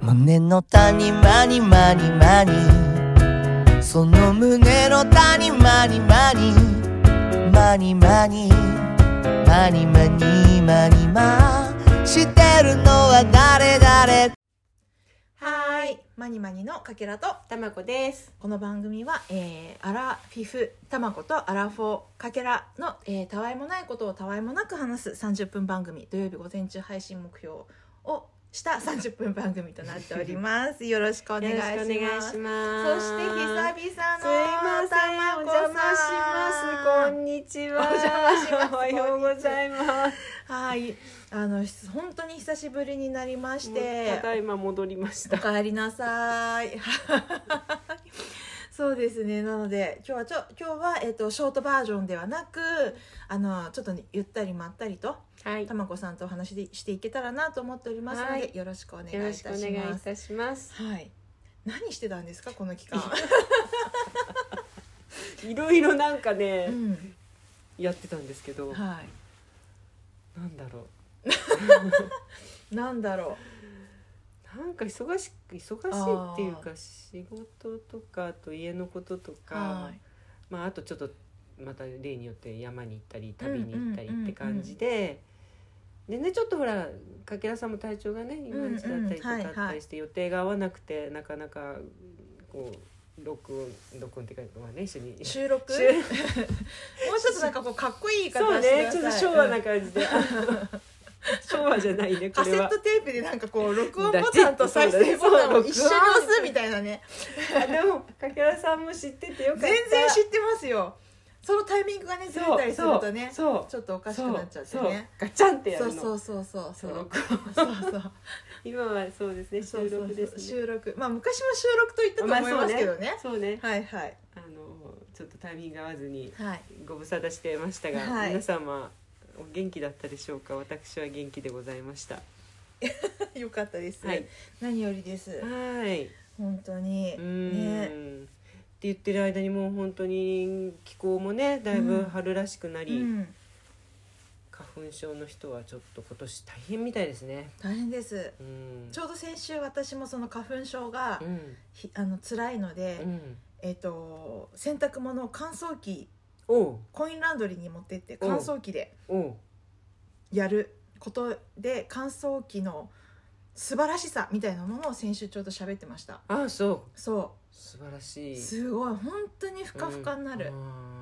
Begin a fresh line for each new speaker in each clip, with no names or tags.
胸の谷間に間に間にその胸の谷間に間に間に間に間に間に間に間してるのは誰誰
はーい、マニマニのかけらと、
たまこです。
この番組は、えー、アラフィフ、たまことアラフォー、かけらの、えー、たわいもないことをたわいもなく話す30分番組、土曜日午前中配信目標をした30分番組となっております。よろしくお願いします。
よろしくお願いします。
そして、久々
すいま
の
せん、お
たまこ
邪魔します。
さん。
こんにちは。
お邪魔します
おはようございます。
はい、あの、本当に久しぶりになりまして、
ただいま戻りまし
お
た。
かえりなさい。そうですね。なので今日はちょ今日はえっ、とショートバージョンではなく、あのちょっとねゆったりまったりと
はい
た。まこさんとお話ししていけたらなと思っておりますので、
はい
よろしくお願いい
よろ
た
し
し
くお
ま
願いい
す。
たします。
はい。何してたんですかこの期 間。
いろいろなんか
う
ね、
ん。
やってたんですけど、
は
なんだろ
い。なんだろ
う。なんか忙しく忙しいっていうか仕事とかあと家のことと
う。
か
は、い。
まああとちょっとまた例によって山に行ったり旅に行ったり
うんうんうんうん
って感じで、でねちょっとほらかけらさんも体調がねいまいちだったりと
うんうんはい
かあっ
は
た
い
りして予定が合わなくてなかなかこう録音録音っていうかまあね一緒に。
収録。 も
収
うちょっとなんかこうかっこいい言い方
そ
し
う
て
ね
くだ
ちょっと
さい
昭和な
うん
感じで、あの 昭和じゃないねこ
カセ
れ
ッ
は
トテープでなんかこう録音ボタンと再生ボタンを一緒に押すみたいなね
あでもかけらさんも知っててよかった
全然知ってますよそのタイミングがねずれたりするとね
そうそう
ちょっとお
お
かしくなっちゃってね
ガチャンってや
そ
る
う
の
そうそうそうそうそう
録音
そう
今はそうですね
そう
収録ですね
収録まあ昔も収録と言ったと思いますけどね
そうね
はいはい
あのちょっとタイミング合わずに
はい
ご無沙汰していましたが、
はい
皆様お元気だったでしょうか私は元気でございましたは
よかったです、
はい
何よりです
ーい
本当に
うーん、
ね
って言ってる間にもう本当に気候もねだいぶ春らしくな
う
り、
ん
花粉症の人はちょっと今年大変みたいですね
大変です
うん
ちょうど先週私もその花粉症が
うん
ひあの辛いので、
うん
えっ、と洗濯物を乾燥機
おう
コインランドリーに持ってって
うん
乾燥機で
おう
やることで乾燥機の素晴らしさみたいなものを先週ちょうど喋ってました
ああそう
そ
素晴らし
う
い
すごい本当にふかふかになる、
うんあ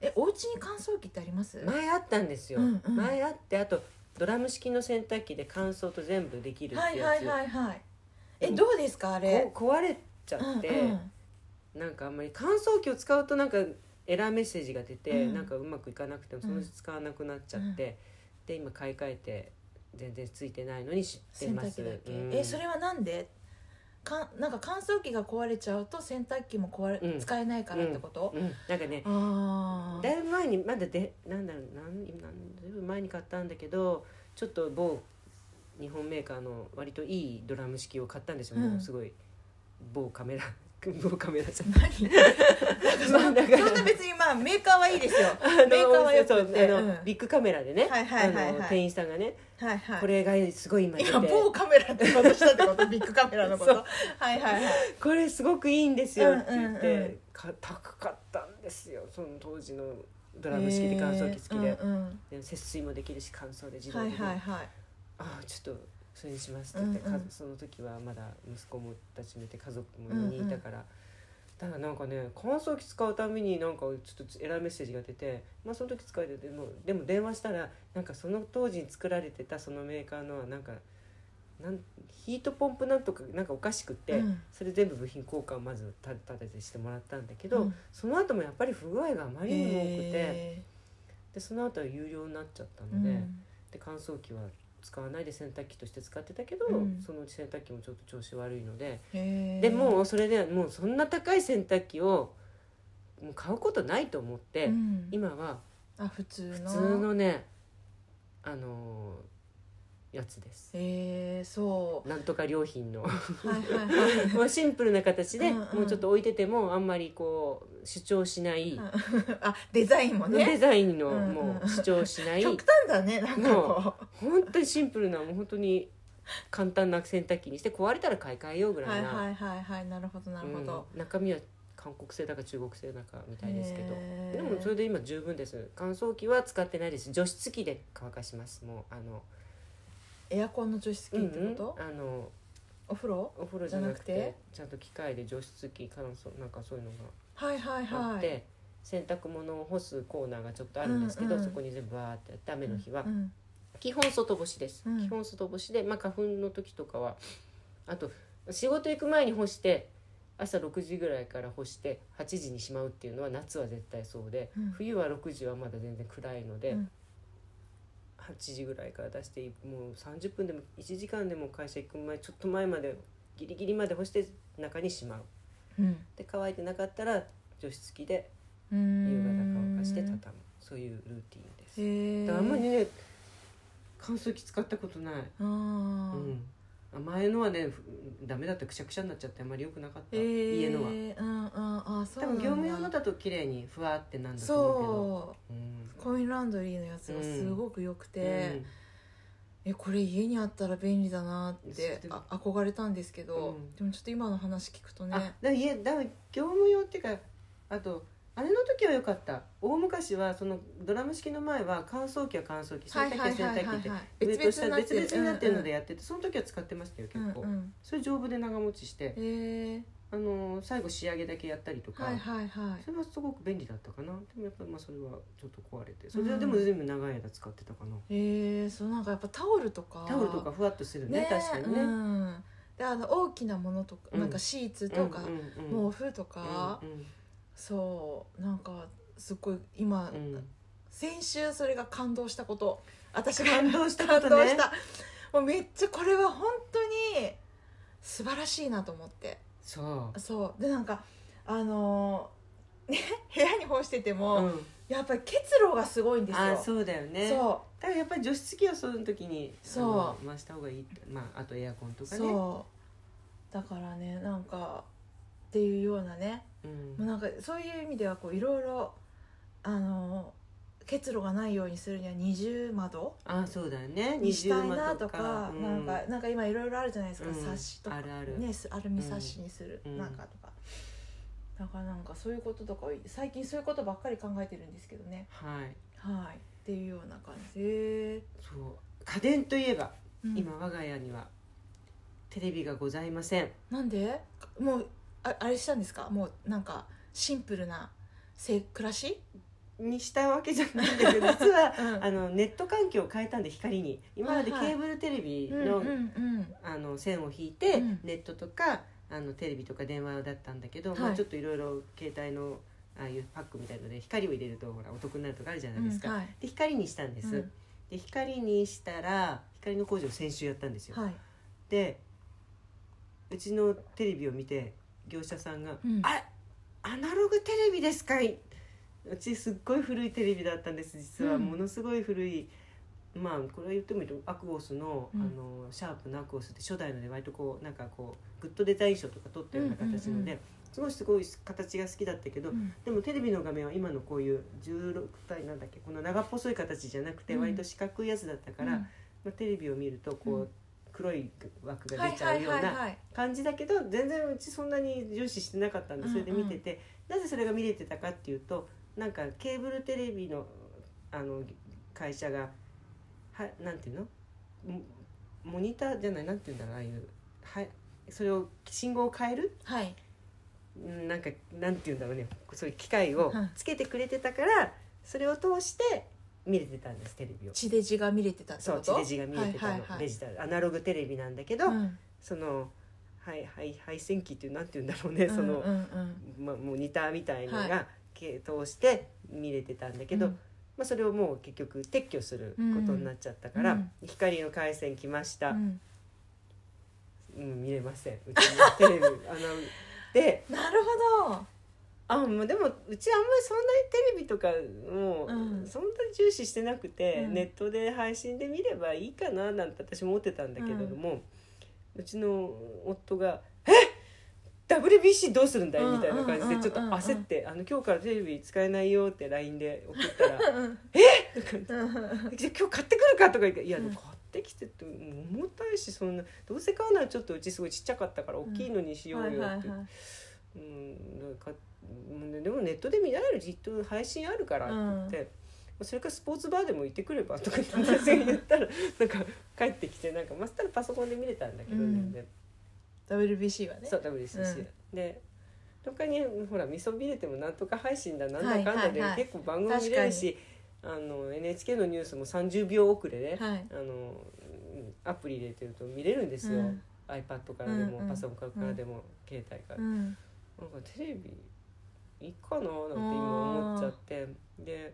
えお家に乾燥機ってあります
ー前あったんですよ、
うんうん
前あってあとドラム式の洗濯機で乾燥と全部できるっ
は
て
い
や
はい
つ、
はいはいえどうですかあれ
こ壊れちゃ
うん
って、
うん
なんかあんまり乾燥機を使うとなんかエラーメッセージが出て、
うん
なんかうまくいかなくてもそのうち使わなくなっちゃって、で今買い替えて全然ついてないのに知って
洗
ま
濯
す
機だっけ、
うん
えそれはなんでかんなんか乾燥機が壊れちゃうと洗濯機も壊れ、
うん
使えないからってこと、
うん、なんかね
ああ
だいぶ前にまだでなんだろうなん今なんだいぶ前に買ったんだけどちょっと某日本メーカーの割といいドラム式を買ったんですよ、
うん
もうすごい某カメラ 某カメラじゃない
何
まあ だから
そんな別に まあメーカーはいいですよ。
あ
メーカーはよ
そう
くて
あの、
うん
ビッグカメラでね、
はいはいはいはい
あの店員さんがね、
はいはい。
これがすごい今出て
今某カメラってことしたってことビッグカメラのこと。
そ
はいはいはい。
これすごくいいんですよって言って、
うんうんうん
か高かったんですよその当時のドラム式で乾燥機付きで,、
えーうんうん
で節水もできるし乾燥で自動
は
で
い
できる、
はいはい。
ああちょっとそれにしますって言って、
うんうん
かその時はまだ息子もたちもいて家族も4人いたから、だからなんかね乾燥機使うためになんかちょっとエラーメッセージが出て、まあ、その時使えててもでも電話したらなんかその当時に作られてたそのメーカーのはなんかなんヒートポンプなんとかなんかおかしくって、
うん
それ全部部品交換をまず立ててしてもらったんだけど、
うん
その後もやっぱり不具合があまりにも多くて、
え
でその後は有料になっちゃった
ーう
の
ん
で。で乾燥機は使わないで洗濯機として使ってたけど、
うん
そのうち洗濯機もちょっと調子悪いので、
えー
でもうそれでもうそんな高い洗濯機をもう買うことないと思って、
うん
今は
あ普通
普
の
通のねあのーやつです。
えー そ
なんとか良 品の
うはいはいはい。
まあシンプルな形で、
うんうん
もうちょっと置いててもあんまりこう主張しな い、
あデザインも
デ
ね。
ザインの
うんうん
もう主張しない、
極端だねなんかこ
本当にシンプルなもう本当に簡単な洗濯機にして壊れたら買い替えようぐら
はいい
な、
はいはいはいなるほどなるほど、
うん中身は韓国製だか中国製だかみたいですけど、
へー
でもそれで今十分です乾燥機は使ってないです除湿機で乾かしますもうあの
エアコンの除湿機ってこと、
うんうんあの
お風呂
お風呂じゃなくて
じゃなくて
ちゃんと機械で除湿機乾燥なんかそういうの
はいはい
があ
は
っ
い
て、洗濯物を干すコーナーがちょっとあるんですけど、
うんうん
そこに全部バーってやって雨の日は、
うん
基本外干しです、
うん
基本外干しで、まあ、花粉の時とかはあと仕事行く前に干して朝6時ぐらいから干して8時にしまうっていうのは夏は絶対そうで、
うん
冬は6時はまだ全然暗いので、
うん
8時ぐらいから出してもう30分でも1時間でも会社行く前ちょっと前までギリギリまで干して中にしまう
うん
で乾いてなかったら除湿機で
うーん
夕方乾かして畳むそういうルーティンです。
へ
だからあんまりね乾燥機使ったことない、
あー
うん、前のはねふダメだったくしゃくしゃになっちゃってあんまり良くなかった、
へー
家のは
うんうんあそう
多
なん
分
だ
業務用のだと綺麗にふわってなんだと思う
そ
けど
うコインランドリーのやつがすごく良く
う
て、
んうん
えこれ家にあったら便利だなっ
そう
て
でも
あ憧れたんですけど、
うん
でもちょっと今の話聞くと
あだ
ね
から家だから業務用っていうかあとあれの時は良かった大昔はそのドラム式の前は乾燥機は乾燥機洗濯機は洗濯機って上と下別々になってるのでやっててその時は使ってましたよ結構
うんうん
それ丈夫で長持ちして
えー
あの最後仕上げだけやったりとか
はいはいはい
それはすごく便利だったかなでもやっぱりまあそれはちょっと壊れてそれででも全部長い間使ってたかな、
えー、そうなんかやっぱタオルとか
タオルとかふわっとするね
ね
確かにね、
うん、であの大きなものとか、
うん
なんかシーツとか、
うんうんうん
毛布とか、
うんうん
そうなんかすごい今、
うん
先週それが感動したこと私が
感動したことね
感動したもうめっちゃこれは本当に素晴らしいなと思って
そう
そうでなんかあのー ね部屋に干してても、
うん
やっぱり結露がすごいんですよ
あそうだよね
そう
だからやっぱり除湿機はその時に
そう
あの回した方がいいってまああとエアコンとかね
そうだからねなんかっていうようなね
うん
もうなんかそういう意味ではこういろいろあの結露がないようにするには二重窓
あそうだよね
にしたいな
窓
とかなんかなんか今いろいろあるじゃないですか、
うん
サッシとか
あるある
ね、すアルミサッシにする、
うん
なんかとか。だからなんかそういうこととか最近そういうことばっかり考えてるんですけどね
はい
はいっていうような感じで、
そう家電といえば、
うん
今我が家にはテレビがございません
なんでもうああれしたんですかもうなんかシンプルなせ暮らし、
にしたわけじゃないんだけど実は
うん
あのネット環境を変えたんで光に今までケ
はいはい
ーブルテレビ
うん
の,、
うんうん
あの線を引いて、
うん
ネットとかあのテレビとか電話だったんだけど、
はい
まあ、ちょっといろいろ携帯のああいうパックみたいので光を入れるとほらお得になるとかあるじゃないですか、
うんはい
で光にしたんです、
うん
で光にしたら光の工事を先週やったんですよ、
はい
でうちのテレビを見て業者さんが
うん
あアナログテレビですかいうちすっごい古いテレビだったんです実は、
うん
ものすごい古いまあこれは言ってもいいとアクオスの,、
うん
あのシャープのアクオスって初代ので割とこうなんかこうグッドデザイン賞とか取ったような形ので、
うんうんうん
すごいすごい形が好きだったけど、
うん
でもテレビの画面は今のこういう16体なんだっけこの長っぽそい形じゃなくて
うん
割と四角いやつだったから、
うん
まあ、テレビを見るとこう、
うん
黒い枠が
はい
出ちゃ
は
う
い
よ
は
う
い
な
はい
感じだけど全然うちそんなに重視してなかったんでそれで見てて、なぜそれが見れてたかっていうとなんかケーブルテレビのあの会社がはなんていうのモモニターじゃないなんていうんだろうああいうはそれを信号を変える
はい
うんなんかなんて言うんだろうねそういう機械を
うん
つけてくれてたから、それを通して見れてたんですテレビを。
地デジが見れてたって
そう
こと
地デジが見れてたの、
はいはいはい
デジタルアナログテレビなんだけど、
うん
そのはいはい配線機っていうなんて言うんだろうね、そ
う
の
ん、うん
まあ、モニターみたいの
は
が、系通して見れてたんだけど、
うん
まあ、それをもう結局撤去することになっちゃったから、
うん
光の回線来まし
う
た、うん
ん
見れませんうちのテレビあので
なるほど
あもうでもうちあんまりそんなにテレビとかもう、
うん
そんなに重視してなくて、
うん
ネットで配信で見ればいいかななんて私も思ってたんだけれども、うちの夫が「え WBC どうするんだい?」みたいな感じでちょっと焦って「あの今日からテレビ使えないよ」って LINE で送ったら 「
うん
えっ!」とか言って
うん
じゃあ今日買ってくるかとか言って「いや、
うん
買っってきてって重たいしそんなどうせ買うならちょっとうちすごいちっちゃかったから大きいのにしようよって、
はいはいはい
うんなんかうんでもネットで見られるじっと配信あるからって言って、それからスポーツバーでも行ってくればとか言って私が 言ったらなんか帰ってきてなんかまあそしたらパソコンで見れたんだけどね、
うん
で
WBC はね
そう WCC、で他にほら見そびれてもなんとか配信だなんだかんだで、
はいはいはい
結構番組見れるしあの NHK のニュースも30秒遅れで、
はい
あのうんアプリ入れてると見れるんですよ、
うん
iPad からでも、
うんうん
パソコンからでも、携帯から。
うん
なんかテレビいいかななんて今思っちゃってで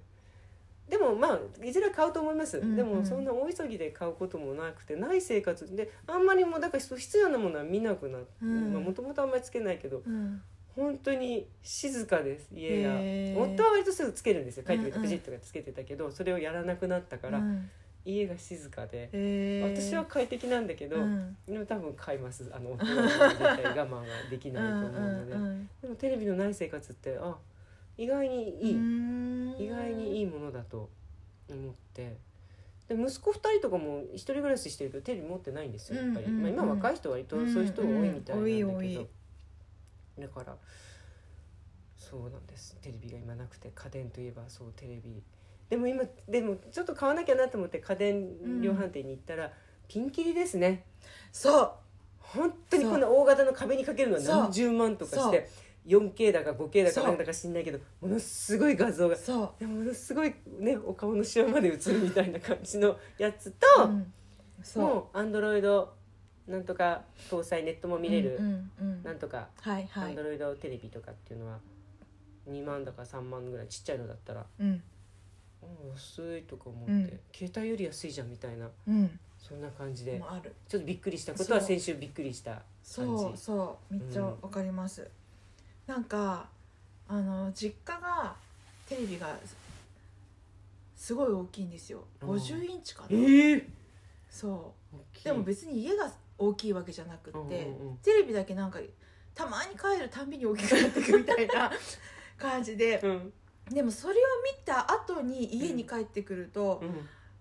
でもまあいずれ買うと思います、
うんうん
でもそんな大急ぎで買うこともなくてない生活であんまりもうだから必要なものは見なくなって、
うん
まあもともとあんまりつけないけど
うん
本当に静かです家が
へー
夫は割とすぐつけるんですよ帰って
うん
き
う
て
ん
パチッとかつけてたけど、それをやらなくなったから、
うん
家が静かで、
へー
私は快適なんだけど、
うん
でも多分買います あの夫は絶対我慢はできないと思うので。
うん
でもテレビのない生活ってあ意外にいい、
うん
意外に
い
いいものだと思ってで息子2人とかも一人暮らししてるとテレビ持ってないんですよやっぱり、
うんうんうん
まあ、今若い人は割とそういう人が多いみたいなんだけど、
うんうん多い多い
だからそうなんですテレビが今なくて家電といえばそうテレビでも今でもちょっと買わなきゃなと思って家電量販店に行ったら、ピンキリですね
そう
本当にこんな大型の壁にかけるのは
そう
何十万とか
そ
し
う
て 4K だか 5K だ
そ
か
う
なんだか知んないけどものすごい画像が
そ
でもものすごいねお顔のシワまで映るみたいな感じのやつと、
う、うん、そう
もうアンドロイドなんとか搭載ネットも見れる、
うんうんうん
なんとか
はい
ア
は
ン
い
ド、ロイドテレビとかっていうのは2万だか3万ぐらいちっちゃいのだったら
うん
うん安いとか思って、
うん
携帯より安いじゃんみたいな
うん、
そんな感じで、
もうある
ちょっとびっくりしたことは
そう
先週びっくりした感じ
そうそうめっちゃわかります、なんかあの実家がテレビがすごい大きいんですよ
うん
50インチかな、
ええ
そ
大き
う
い
でも別に家が大きいわけじゃなくって、
うんうんうん
テレビだけなんかたまに帰るたんびに大きくなってくみたいな 感じで
うん
でもそれを見た後に家に帰ってくると、
うん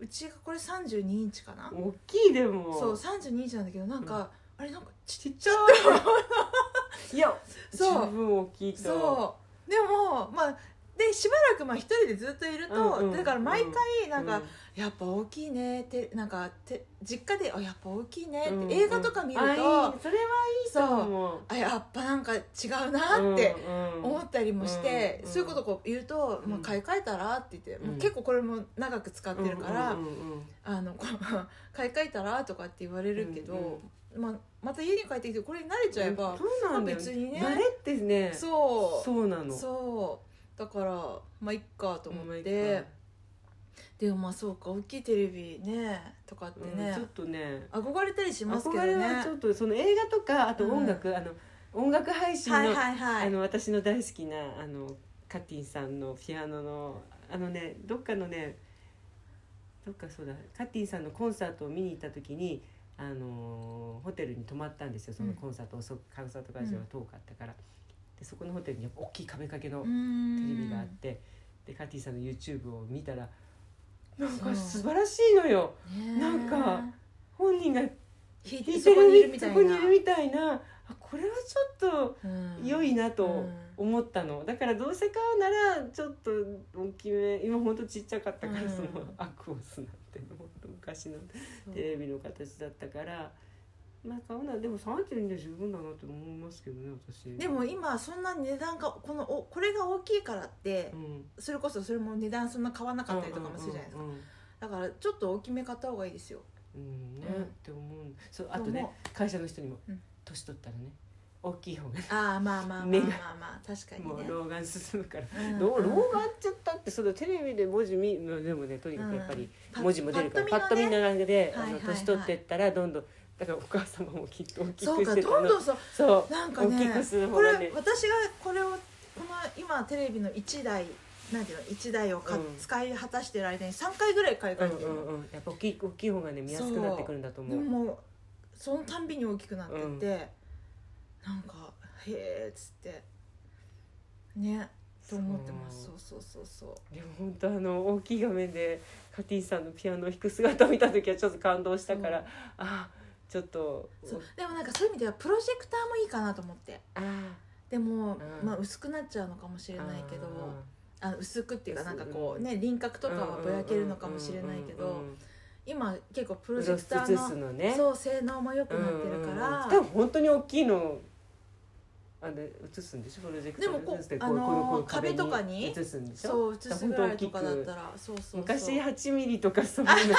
うちがこれ32インチかな、
大きいでも
そう32インチなんだけどなんか、あれなんかち
ちっちゃいいや
そう
十分大きいと
そうでもまあでしばらくまあ一人でずっといると、
うんうん
だから毎回
う
なんか、やっぱ大きいねってなんかて実家であやっぱ大きいねって、
うん
映画とか見ると、
あいいそれはいいと思う
あやっぱなんか違うなって
うんうん
思ったりもして、
うんうん
そういうことこう言うと、
うん
まあ、買い替えたらって言って、もううん結構これも長く使ってるから、
うんうんうん
あのこう 買い替えたらとかって言われるけど、まあ、また家に帰ってきてこれに慣れちゃえば、
そうなんだよ
まあ別にね
慣れってね
そう
そうなの
そうだからまあいっかと思
まあ
っ
いいか
てでもまあそうか大きいテレビねとかって
うん
ね
ちょっ、とね
憧れたりしますけど
憧
ね
れはちょっとその映画とかあと音楽あの音楽配信
はい
の
はいはい
あの私の大好きなあのカティンさんのピアノのあのねどっかのねどっかそうだカティンさんのコンサートを見に行った時にあのーホテルに泊まったんですよそのコンサート、遅くコンサート会場が遠かったから、でそこのホテルにやっぱ大きい壁掛けの
う
テ
ん
レビがあって、でカティンさんの YouTube を見たらなん
そう
か素晴らしいのよ
ねえ
なんか本人が
弾い
弾
て
い
そ
て
こにいる
る
み
そ
たい
こにい
な
るみたいなあこれはちょっと。
うん
良いな
う
と
ん
思ったの、だからどうせ買うならちょっと大きめ今ほんとちっちゃかったから、
うん
そのアクオスなんてほんと昔のテレビの形だったからまあ買うならでも32で十分だなと思いますけどね私
でも今そんな値段がこのおこれが大きいからって
うん
それこそそれも値段そんな変わらなかったりとかもするじゃないですか
うんうんうん
だからちょっと大きめ買った方がいいですよ
うんね、
うん
って思うそうあと
と
ね
思
会社の人にも、
うん
年取ったらね大きい方がね
ああまあまあまあま
目
あ
が
まあ、まあ、確かに
もう
ね
老眼進むから
うん
どう老眼って言ったってそのテレビで文字見まあでもねとにかくやっぱり
うん
文字も出るから
パ
パ
ッ
ッ
と
と
見
見
のね
ながらで
はい
あ
はいは
の
い
年取ってったらどんどんだからお母様もきっと大き
そう
く
か
してた
どん
の
どんそう
そ
なんかね
大きくする
こ
方
れ
がね
私がこれをこの今テレビの1台なんていうの1台をか、
うん
使い果たしてる間に3回ぐらい買いう
う
替え
ん
てる、
うんうんやっぱ大きい大きい方がね見やすくなってくるんだと思
で
う
ももうそのたんびに大きくなってって、
うん
なんか「へえ」っつってねと思ってますそ
そう
うそうそうそう
でも本当あの大きい画面でカティさんのピアノを弾く姿を見た時はちょっと感動したから、
うん
ああちょっと
そうでもなんかそういう意味ではプロジェクターもいいかなと思って
ああ
でも、
うん
まあ薄くなっちゃうのかもしれないけどあ薄くっていうか
薄
ないんかこうね輪郭とかはぼやけるのかもしれないけど今結構プ
プ
ロ
ロ
ジ
ジ
ェ
ェ
ク
ク
タ
タ
ー
ー
の
のね
そう性能も良くなってるから、
うんうんうんしかも本当に大きいのあれ映すんでしょプロジェクター
でもこう
映すって
あのー
こうこうこう
壁とかに
映すんでしょ
そう映すぐらいとかだった
本
らそうそうそ
当
う
大きく昔8ミリと かそういうの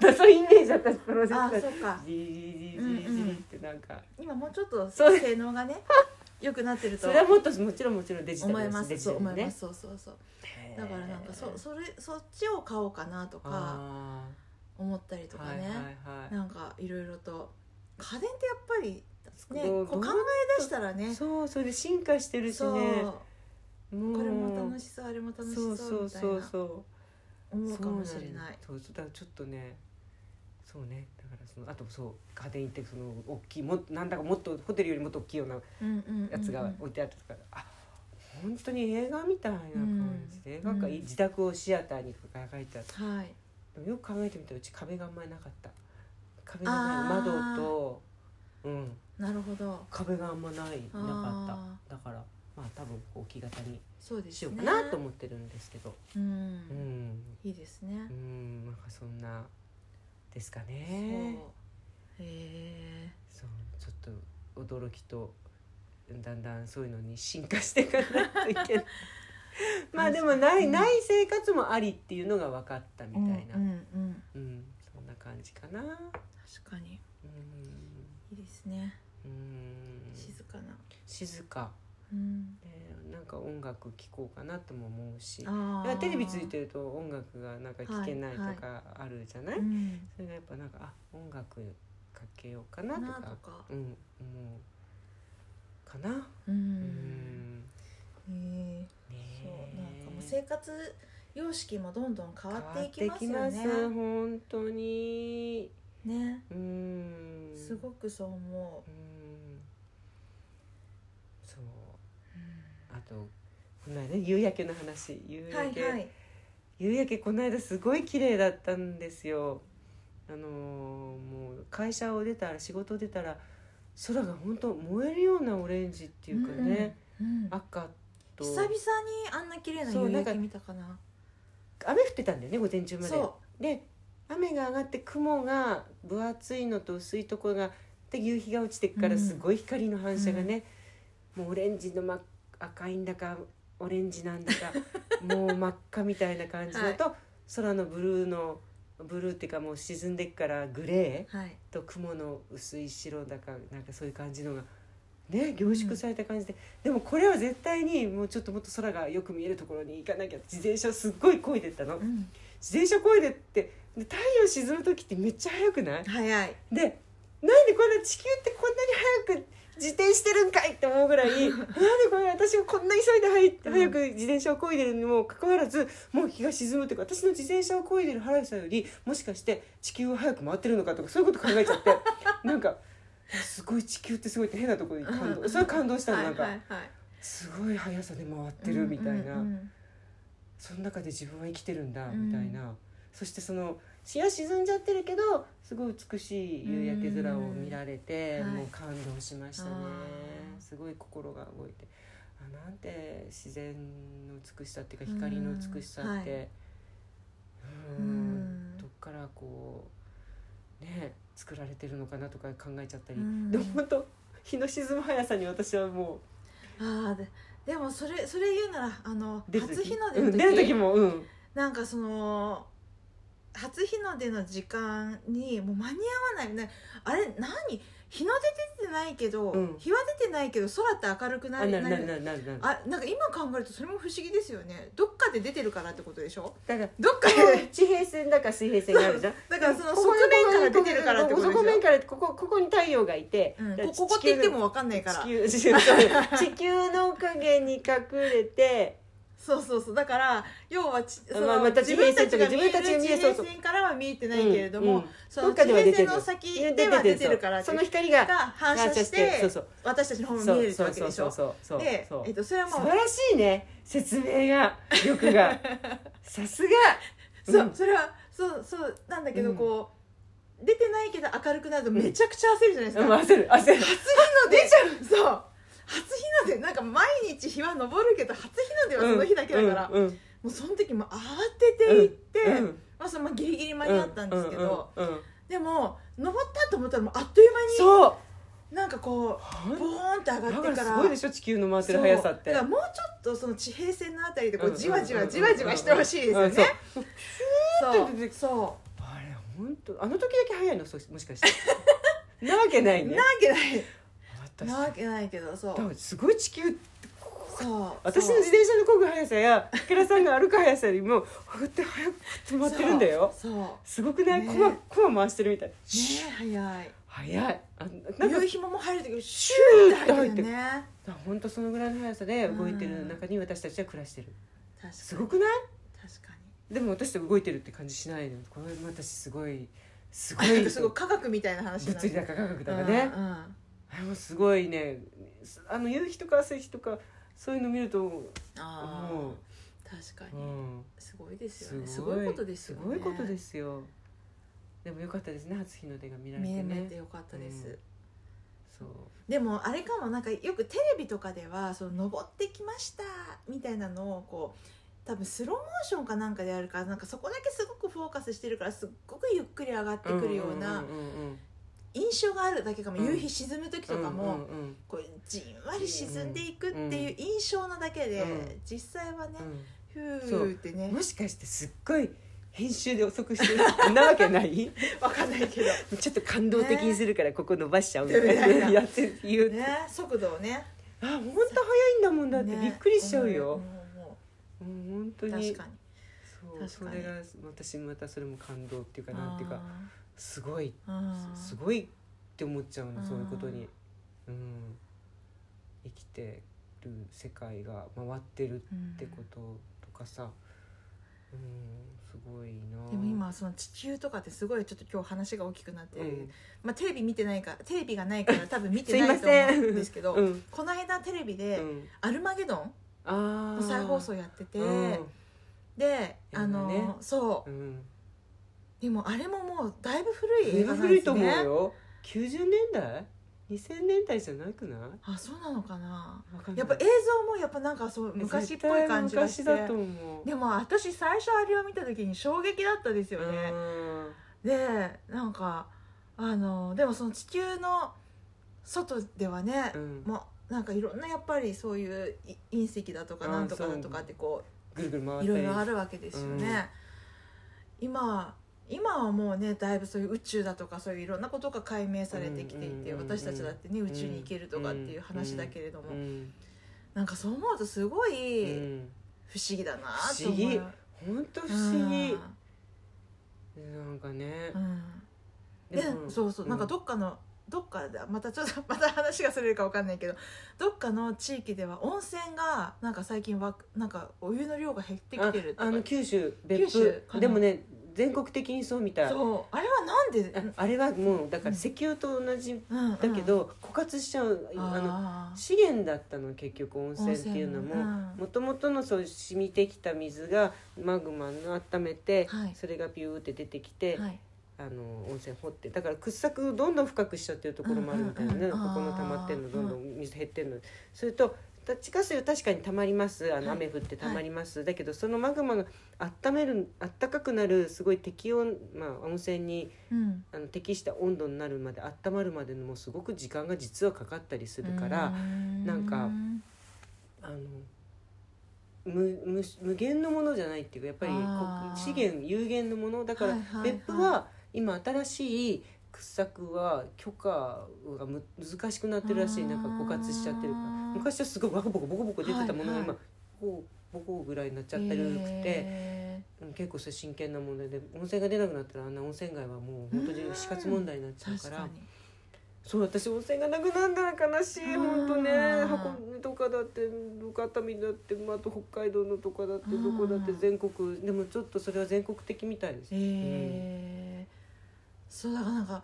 だそういうイメージだったプロジェ
あ
クター
そうか
ジリジリジリジリってなんか、
今もうちょっと
そう
性能が ね良くなってると
それはもっともちろんもちろんデジタル
思い
だし
ます、
デジタ
そう
ル
思
ね
いますそうそうそうだからなんかそそれそっちを買おうかなとか
あ
思ったりと
ー
か
はい
ね、
はいはい
なんかいろいろと家電ってやっぱりね
どう
こう考
どう
え出したらね
そうそれで進化してるし
そう、
ねう
これも楽しそうあれも楽しそうみたいな
そうそうそうそう
思うかもしれない
そうなんだそうだからちょっとねそうねだからそのあとそう家電行ってその大きいもなんだかもっとホテルよりもっと大きいような
うんうんうんうん
やつが置いてあったとか、あ本当に映画みたいな感じで、
うん
映画館、
うん
自宅をシアターに書いてあった
はい
でもよく考えてみたらうち壁があんまりなかった壁が
あ
ない
ー
窓と、うん、
なるほど
壁があんまないなか
あ
っただからまあ多分こう置き型に
そうですね
しようかなと思ってるんですけど、
う
うんん、
いいですね
うんなんかそんなですか
そう
ね
へえ
そうちょっと驚きとだんだんそういうのに進化していかないとい けないまあでもない、
うん
ない生活もありっていうのが分かったみたいな、
う
うん
うんんうん
そんな感じかな
確かに
うん
いいですね
うん
静かな
静か、
うん
ね、なんか音楽聴こうかなとも思うし
あ
い
ー
やテレビついてると音楽がなんか聴けないとかあるじゃない、
うん
それがやっぱなんかあ音楽かけようかなと
な
か
とか
うん思うかな
う
うん
へえ
ねえ
そうなんかもう生活様式もどんどん変わっていきます
変わ
よ
ってき
ね
ます本当に
ね
うん
すごくそう思
うんそう
う、
あとこの間夕焼けの話夕
は
焼
い
け、
はい
夕焼けこの間すごい綺麗だったんですよあのーもう会社を出たら仕事を出たら空が本当燃えるようなオレンジっていうかね、
うんうん
赤と
久々にあんな綺麗な
そう
夕
なん
焼
か
け見たかな
雨降ってたんだよね午前中まで
そ
で雨が上がって雲が分厚いのと薄いところがで夕日が落ちてくか
う
ら
ん
すごい光の反射がね、もうオレンジの、ま、赤いんだかオレンジなんだ かもう真っ赤みたいな感じだと、空のブルーのブルーっていうかもう沈んでくからグレ
うはい
ーと雲の薄い白だかなんかそういう感じのが。ね、凝縮された感じで、でもこれは絶対にもうちょっともっと空がよく見えるところに行かなきゃ自転車すっごい漕いでったの、
うん
自転車漕いでってで太陽沈む時ってめっちゃ速くない
早い
でなんでこんな地球ってこんなに早く自転してるんかいって思う ぐらいなんでこれ私がこんな急いで入って
うん
早く自転車を漕いでるにもかかわらずもう日が沈むというか私の自転車を漕いでる原さんよりもしかして地球を早く回ってるのかとかそういうこと考えちゃ ってなんかすごい地球ってすごいって変なところに感動それは感動したのなんか、
はいはいはい
すごい速さで回ってるみたいな。
うんうん
その中で自分は生きてるんだ
うん
みたいな、そしてその日が沈んじゃってるけどすごい美しい夕焼け空を見られて、
うん
もう感動しましたね、
あー
すごい心が動いてあなんて自然の美しさっていうか光の美しさって、
う
うんん
うん
どっからこうね作られてるのかなとか考えちゃったり、
うん
でも本当日の沈む速さに私はも
うんああででもそれそれ言うならあの
う出る
初
時
日の出
う
の
ん
時,、
出る時もうん
なんかその初日の出の時間にもう間に合わないなあれ何日の出出てないけど、
うん
日は出てないけど空って明るくな
あ
り
なる
な
な
る
るなるなるなる
あなんか今考えるとそれも不思議ですよねどっかで出てるからってことでしょ
だから
どっか
こ
で
う地平線だか水平線があるじゃん。
だからその
こ
側
こに
面から出てるからってことでし
こ
ょ
こ側面からここここに太陽がいて、
うん
だから
こここって言っても分かんないから
地球地球地球の影に隠れて
そうそうそうだから要はちその、
まあまた
自分たちが見える
自分たちが見える
地
そう
平
そう
線からはは見えてないけれども、
うんうん
その
どっか
地
では出
平
て
線
る
の先では出てるから
そうその光が
が反射して
そうそう
私たちの方
そ
も
うそ
見え
う
るって
そ
わ
う
け
そう
でし
そ
ょ
うそうそう
で、
そう
えっと、それはも
素
う
晴らしいね説明が力がさすが
そう、
うん
それはそうそうなんだけど、
うん
こう出てないけど明るくなるとめちゃくちゃ焦るじゃないですか、
うん焦る焦る
初日の出ちゃうそう初日の出なんか毎日日は昇るけど初日の出はその日だけだから、
うんうん
もうその時もう慌てて行って、
うん
まあ、そのまあギリギリ間に合ったんですけど、
うんうんうん
でも登ったと思ったらもうあっという間に
そう
なんかこうボーンって上
だ
がっ
か
てか
らす
ら
ごいでしょ地球の回ってる速さっ
そう
て
だからもうちょっとその地平線のあたりでこ
うん
うじわじわじわじわしてほしいですよね、
うんそう
そう
うんうんうん
そ
あれ本当あの時だけ早いのそもしかして なわけないうね
なわけない
私
なわけないけどそう
だからすごい地球
そう
私
そ
の
う
自転車の漕ぐ速さや武田さんが歩く速さよりもこうやって速く止まってるんだよ
そうそ
すごくな
ね
いコマコマ回してるみたい、
うね早い
速いあなんか
夕日ももう入る時シューって入ってるよね
本当そのぐらいの速さで動いてる中に私たちは暮らしてる
確かに
すごくない
確かに
でも私たち動いてるって感じしないのこれ私すごいすご
なん
い
か すごい科学みたいな話にな
物理だか科学だかね
うんうん
あれもすごいねあの夕日とか朝日とかそういうの見るとも
ああ確か
う、う
に
ん、
すごいですよねすごいことですよね
すごいことですすよでもよかったですね初日の出が見られて
見え
ね
めてよかったです、
うんそう
でもあれかもなんかよくテレビとかではその登ってきましたみたいなのをこう多分スローモーションかなんかでやるからなんかそこだけすごくフォーカスしてるからすっごくゆっくり上がってくるようなん
んんうん
印象があるだけかも、
うん
夕日沈む時とかも、
うんうんうん
こうじんわり沈んでいくっていう印象なだけで、
うん
実際はね、
うん
ふーってね
もしかしてすっごい編集で遅くしてるんなわけない
わかんない けど
ちょっと感動的にするからここ伸ばしちゃうみた
みた
い
い
な
な
やって言う、
ね速度をね
あ本当早いんだもんだって、
ね
びっくりしちゃう
思
よ、
う思
うん、本当
う
に
確かに
そ
確
う
かに
それが私またそれも感動っていうかなんていうかすごい
あー
すすごいって思っちゃうの
うん
そういうことに、うん、生きてる世界が回ってる
うん
ってこととかさ、うん、すごいな
でも今その地球とかってすごいちょっと今日話が大きくなって、
うん
まあ、テレビ見てないからテレビがないから多分見
す
て
い
な
ま
いと思
せ
うんんですけど、
うん
この間テレビ
う
で
ん、
「アルマゲドン」
あ
の
ー
再放送やってて、
うん
であの、
映画ね
そう
うん、
でもあれももうだいぶ古い映画なん
古
で
い
す
と思う
ね
よ90年代2000年代じゃなくない
あそうなのかな
わかんない
やっぱ映像もやっぱなんかそう昔っぽい感じがして
絶対昔だと思う
でも私最初あれを見た時に衝撃だったですよね、
うん
でなんかあのでもその地球の外ではね
う、ん、
もうなんかいろんなやっぱりそういうい隕石だとか
あー
なんとかだとかってこ
ぐるぐる回
う
った
い
り
ろいろあるわけですよね、今今はもうねだいぶそういう宇宙だとかそういういろんなことが解明されてきていて、
うんうんうんうん
私たちだってね宇宙に行けるとかっていう話だけれども、
うん
なんかそう思うとすご
う
い
ん、
不思議だな
不
と
思
思う、
議本当不思議
うん
なんかね
うん
で
で
も
そうそう、なんかどっかのどっかでまたちょっと また話がそれるかわかんないけどどっかの地域では温泉がなんか最近わなんかお湯の量が減ってきてると
あ
か
あの九州別
九州
府
かな
でもね全国的にそうみたい
そうあれはなんで
ああれはもうだから石油と同じ
うんうん
だけど枯渇しちゃうあの
あ
資源だったの結局温泉っていうの
温泉
も
うん
もともとのそう染みてきた水がマグマの温めて、
はい
それがピューって出てきて、
ーはい
あの温泉掘ってだから掘削をどんどん深くしちゃってるところもあるみたいなね、
うんうんうん
ここの溜まってるの
あー
どんどん水減ってるのそれとだ地下水は確かに溜まりますあの
はい
雨降って溜まります、だけどそのマグマが温める暖かくなるすごい適温、まあ、温泉に
うん
あの適した温度になるまで温まるまでのもうすごく時間が実はかかったりするから。なんかあの無無無限のものじゃないっていうかやっぱり
あー
こ資源有限のものだから
はいはいはい
別府は今新しい掘削は許可がむ難しくなってるらしい
あー
なんか枯渇しちゃってるから昔はすごいボコボコボコボコ出てたものが
はいはい
今ボコボコぐらいになっち
ち
ゃったりくて、
え
うん結構それ真剣な問題で温泉が出なくなったらあんな温泉街はもう本当に死活問題になっちゃう
ー、
か
確
ら
か。に
そう私温泉がなくなったら悲しい
うん
本当ね箱根とかだって熱海だって、まあ、あと北海道のとかだって
うん
どこだって全国でもちょっとそれは全国的みたいです、
えーそうだからなんか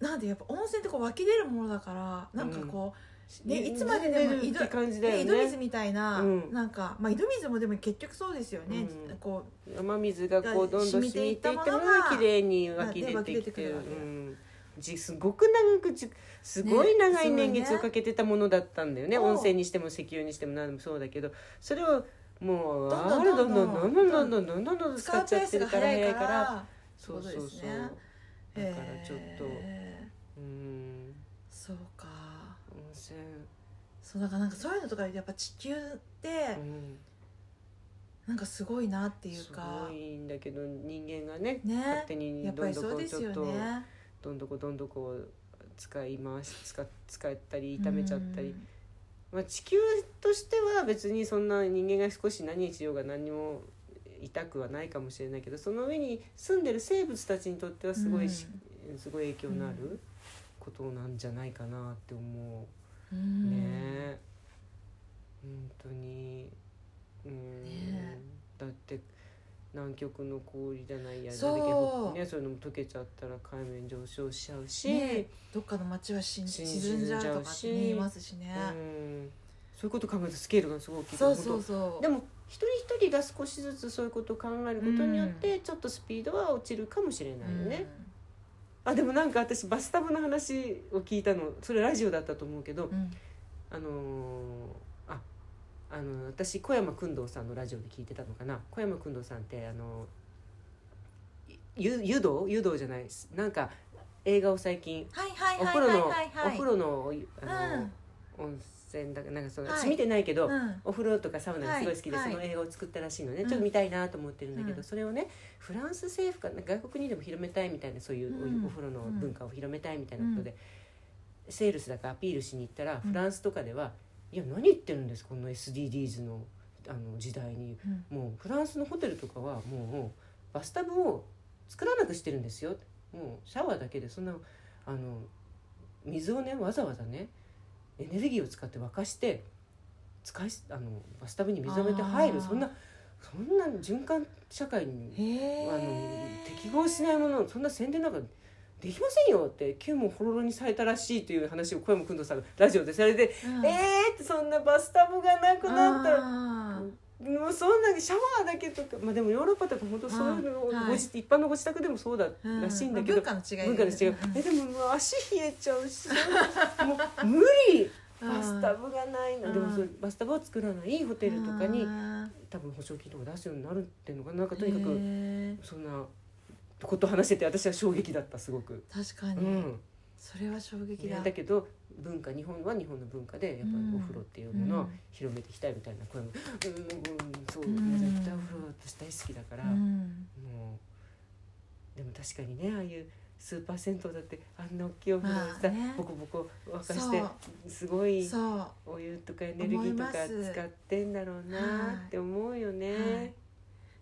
なんでやっぱ温泉ってこう湧き出るものだからなんかこう、ね、いつまででも
い
井戸,、
って感じだ
ね、
よ
井戸
ね
水みたいな、
うん
なんか、まあ、井戸水もでも結局そうですよね、
うん
こ
雨水がこうどんどん染みていってものが綺麗に湧き出てきてる、うん、じすごく長くじすごい長い年月をかけてたものだったんだよね
ねそう
温泉にしても石油にしても何でもそうだけどそれをもう
どん
あ
ど
る
ん
ど
ど
ん
ん
ど
ど
ん
ん
どんどんどんどんどんどんどん
う
使
使
っ
う
ち
ペ
ゃ
ー
って
ス
る
が
から
早い
早い
か
から
ら
そうそう
そうです
そう
ね
だからちょっと
え
うん
ーそうか
温泉
そうだからなんかそういうのとかやっぱ地球って
うん
なんかすごいなっていう
す
か
ごいんだけど人間がね
ね
勝手に
やっ
ど
ぱ
ん
り
ど
そ
こ
う
う
で
ち
す
ょっ
よ
と
ね
どんどこどんどこを使い回し使っ使ったり炒めちゃったり、
うん
まあ、地球としては別にそんな人間が少し何しようが何も痛くはないかもしれないけどその上に住んでる生物たちにとってはすごいし、すごい影響のあることなんじゃないかなって思
う
う、
ん
ねえ本当にうん、
ね
だって南極の氷じゃないや
そう
だけどねそういうのも溶けちゃったら海面上昇しちゃうし、
ねどっかの町は沈
沈ん
沈んじゃうとかってね言いますしね、
うんそういうこと考えるとスケールがすごい大きいから
そうそうそう
でも一人一人が少しずつそういうことを考えることによってちょっとスピードは落ちるかもしれないよね、あでもなんか私バスタブの話を聞いたのそれラジオだったと思うけど
うん、うん
あのーああの私小山君堂さんのラジオで聞いてたのかな小山君堂さんってあのゆ湯道湯道じゃないですなんか映画を最近
はいはい
お
はい
風呂
はい
の
はい
お
はい
風呂のあの、
うん
温泉だかなんかその、
はい
私見てないけど、
うん
お風呂とかサウナがすごい好きで、
はい
その映画を作ったらしいのね、
うん
ちょっと見たいなと思ってるんだけど、
うん
それをねフランス政府かな外国にでも広めたいみたいなそういうお,、
うん
風呂の文化を広めたいみたいなことで、セールスだからアピールしに行ったら、
うん
フランスとかでは「いや何言ってるんですこの SDGs のあの時代に
うん
もうフランスのホテルとかはもうバスタブを作らなくしてるんですよもうシャワーだけでそんなあの水をねわざわざねエネルギーを使って沸かして使いあのバスタブに水をめて入
あ
る
ー
そんなそんな循環社会にあ
へ
の
え
適合しないものそんな宣伝なんかできませんよって旧もほろろにされたらしいという話を小山君とさんがラジオでされて「えー!」ってそんなバスタブがなくなったら
あー
もうそんなにシャワーだけとか、まあ、でもヨーロッパとか本当そういうのを
うんはい
ごじ一般のご自宅でもそうだ
う
らしいんだけど、
文化の違い
文化の違い、えでももう足冷えちゃうしもう無理
うん
バスタブがないの、でも
うん
それバスタブを作らないホテルとかに
あ
多分保証金とか出すようになるっていうのがなんか
ー
とにかく
へー
そんなこと話してて私は衝撃だったすごく。
確か
う
に、
ん、
それは衝撃だ
だけど文化日本は日本の文化でやっぱりお風呂っていうものを広めていきたいみたいな声も、うんうんそう、
うん
絶対お風呂私大好きだから。
うん
もうでも確かにねああいうスーパー銭湯だってあんな大きいお風呂を
ま
さ、
あね
ボコボコ沸かしてすごい
そう
お湯とかエネルギーとか
思います
使ってんだろうなって思うよね。
はい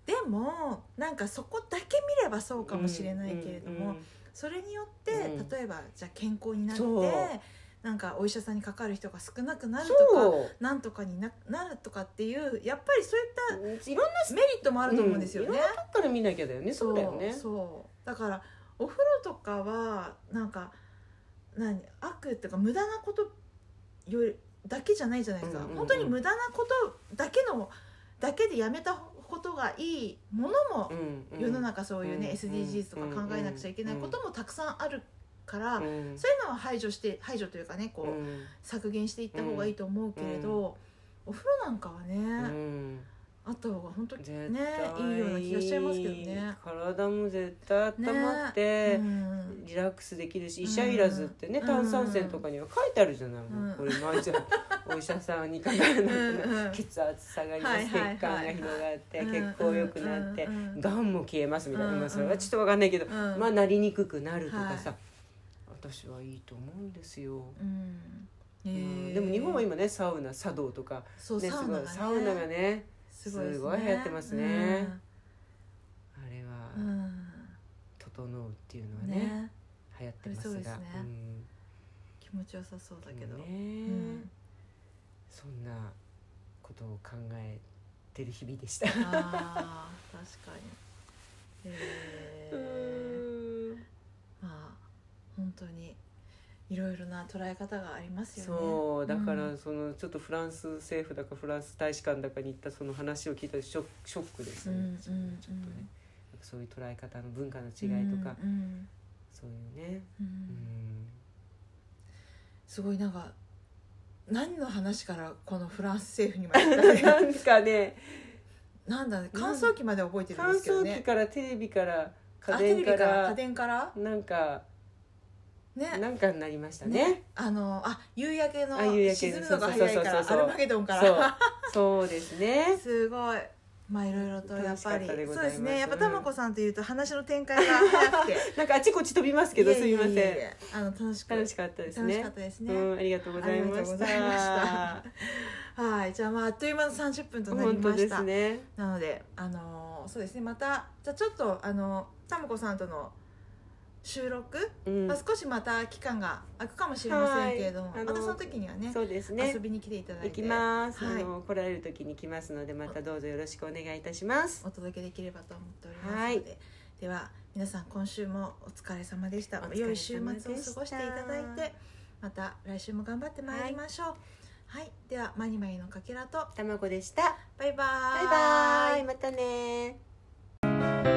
でもなんかそこだけ見ればそうかもしれないけれども、
うんうん
それによって、
うん
例えばじゃあ健康になって
そう
なんかお医者さんにかかる人が少なくなるとか
そ
なんとかにななるとかっていうやっぱりそういっ
ういろんな
たメリットもあると思うんですよね。
うんいろんなとこから見なきゃだよねそうだよね。
そうだからお風呂とかはなんか何悪っていうか無駄なことよりだけじゃないじゃないですか、
うんうんうん
本当に無駄なことだけのだけでやめたことがいいものも
うんうん
世の中そういうね、
うん
SDGs とか考えなくちゃいけないこともたくさんあるから、
うん
そういうのは排除して排除というかねこう、
うん
削減していった方がいいと思うけれど、お風呂なんかはね、
うん
あった方が本当に
絶対
ねいいような気がしちゃいますけどね。
体も絶対温まって、
うん
リラックスできるし
うん
医者いらずってね、
うん
炭酸泉とかには書いてあるじゃない、もう
うん
これ 毎日お医者さんにかからなく
うんう
なん血圧下がりま
はい
す
はいはい
血管が広がって
うん
血行良くなって
うんうん
がんも消えますみたいな、
うんうん
まあ、それはちょっと分かんないけど、
うん
まあなりにくくなるとかさ、
は
私はいいと思うんですよ。
うん
うん
へえ
でも日本は今ねサウナ茶道とか、
そう、
ね、
サウ
すご
ナが
い
ね
サウナがね
す
すごい流行ってますねあれ
う
は
ん、
「整う」っていうのは
うん
ね
ね
流行ってますが
そうですね
うん
気持ちよさそうだけど、
ね
うん
そんなことを考えてる日々で した。
あー確かにへえまあいろいろな捉え方がありますよね
そうだか
う
ら
ん
そのちょっとフランス政府だかフランス大使館だかに行ったその話を聞いたらショックショックですよね、
うんうん
ちょっと
う
ね
ん
なんかそういう捉え方の文化の違いとか、
うんうん
そういうね、
うん
うん、
すごいなんか何の話からこのフランス政府にまで行った
な
ね
んかね
なんだね乾燥機まで覚えてるん
乾
ですけど
燥機
ね
からテレビから家
あテレビ
電か
から家
ら
電から
なんか
ね
なんかになりましたね
あのあ夕焼けの
あ夕焼け
沈むのが
そうそう
早い
そうそう
からアルマゲドンか
そ
ら
うそうですね
すごい。まあいろいろとやっぱり
楽しかったでご
そう
ざいま
ですすねやっぱたまこさんというと話の展開が 早くて
なんかあちこち飛びますけどすみませ
いえ
ん
いえいえあの楽しく
楽しかったです
楽し
ね
かったですね
うん、ありがとうございま
ありがとう
し
ございま
た
しはいじゃあまああっという間の30分となり
本当
ま
で
した
すね
なのであのーそうですねまたじゃあちょっとあのたまこさんとの収録、
うん
まあ、少しまた期間が空くかもしれませんけれども、
はいあの
またその時にはね
そうですね
遊びに来ていただい
行
て
きます、
はい
あの来られる時に来ますのでまたどうぞよろしくお願いいたします
お届けできればと思っておりますので、では皆さん今週もお疲れ様でした
お疲れ様でした
良い週末を過ごしていただいてまた来週も頑張ってまいりましょうはい、ではマニマニのかけらと
たまごでした
バイバ
バ
ー
イバイまたね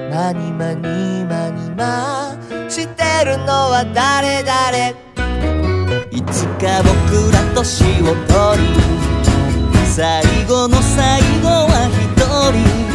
まにまにまにましてるのは誰誰いつか僕ら年を取り最後の最後は一人